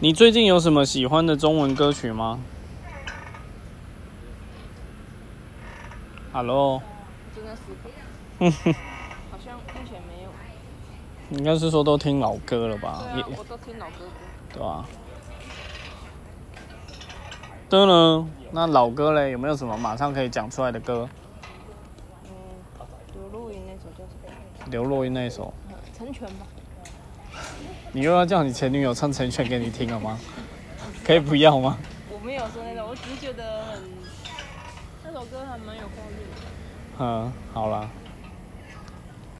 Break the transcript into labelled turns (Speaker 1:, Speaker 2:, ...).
Speaker 1: 你最近有什么喜欢的中文歌曲吗？Hello，
Speaker 2: 真的是，好像目前没有。
Speaker 1: 应该是说都听老歌了吧？
Speaker 2: 对
Speaker 1: 也
Speaker 2: 啊，我都听老歌歌。
Speaker 1: 对啊吧、对呢，那老歌嘞，有没有什么马上可以讲出来的歌？
Speaker 2: 嗯，刘若英那首叫什么？
Speaker 1: 刘若英那一首，
Speaker 2: 成全吧。
Speaker 1: 你又要叫你前女友唱成全给你听了吗？可以不要吗？
Speaker 2: 我没有说那种，我只是觉得很，那首歌还蛮有共鸣的。
Speaker 1: 嗯，好啦，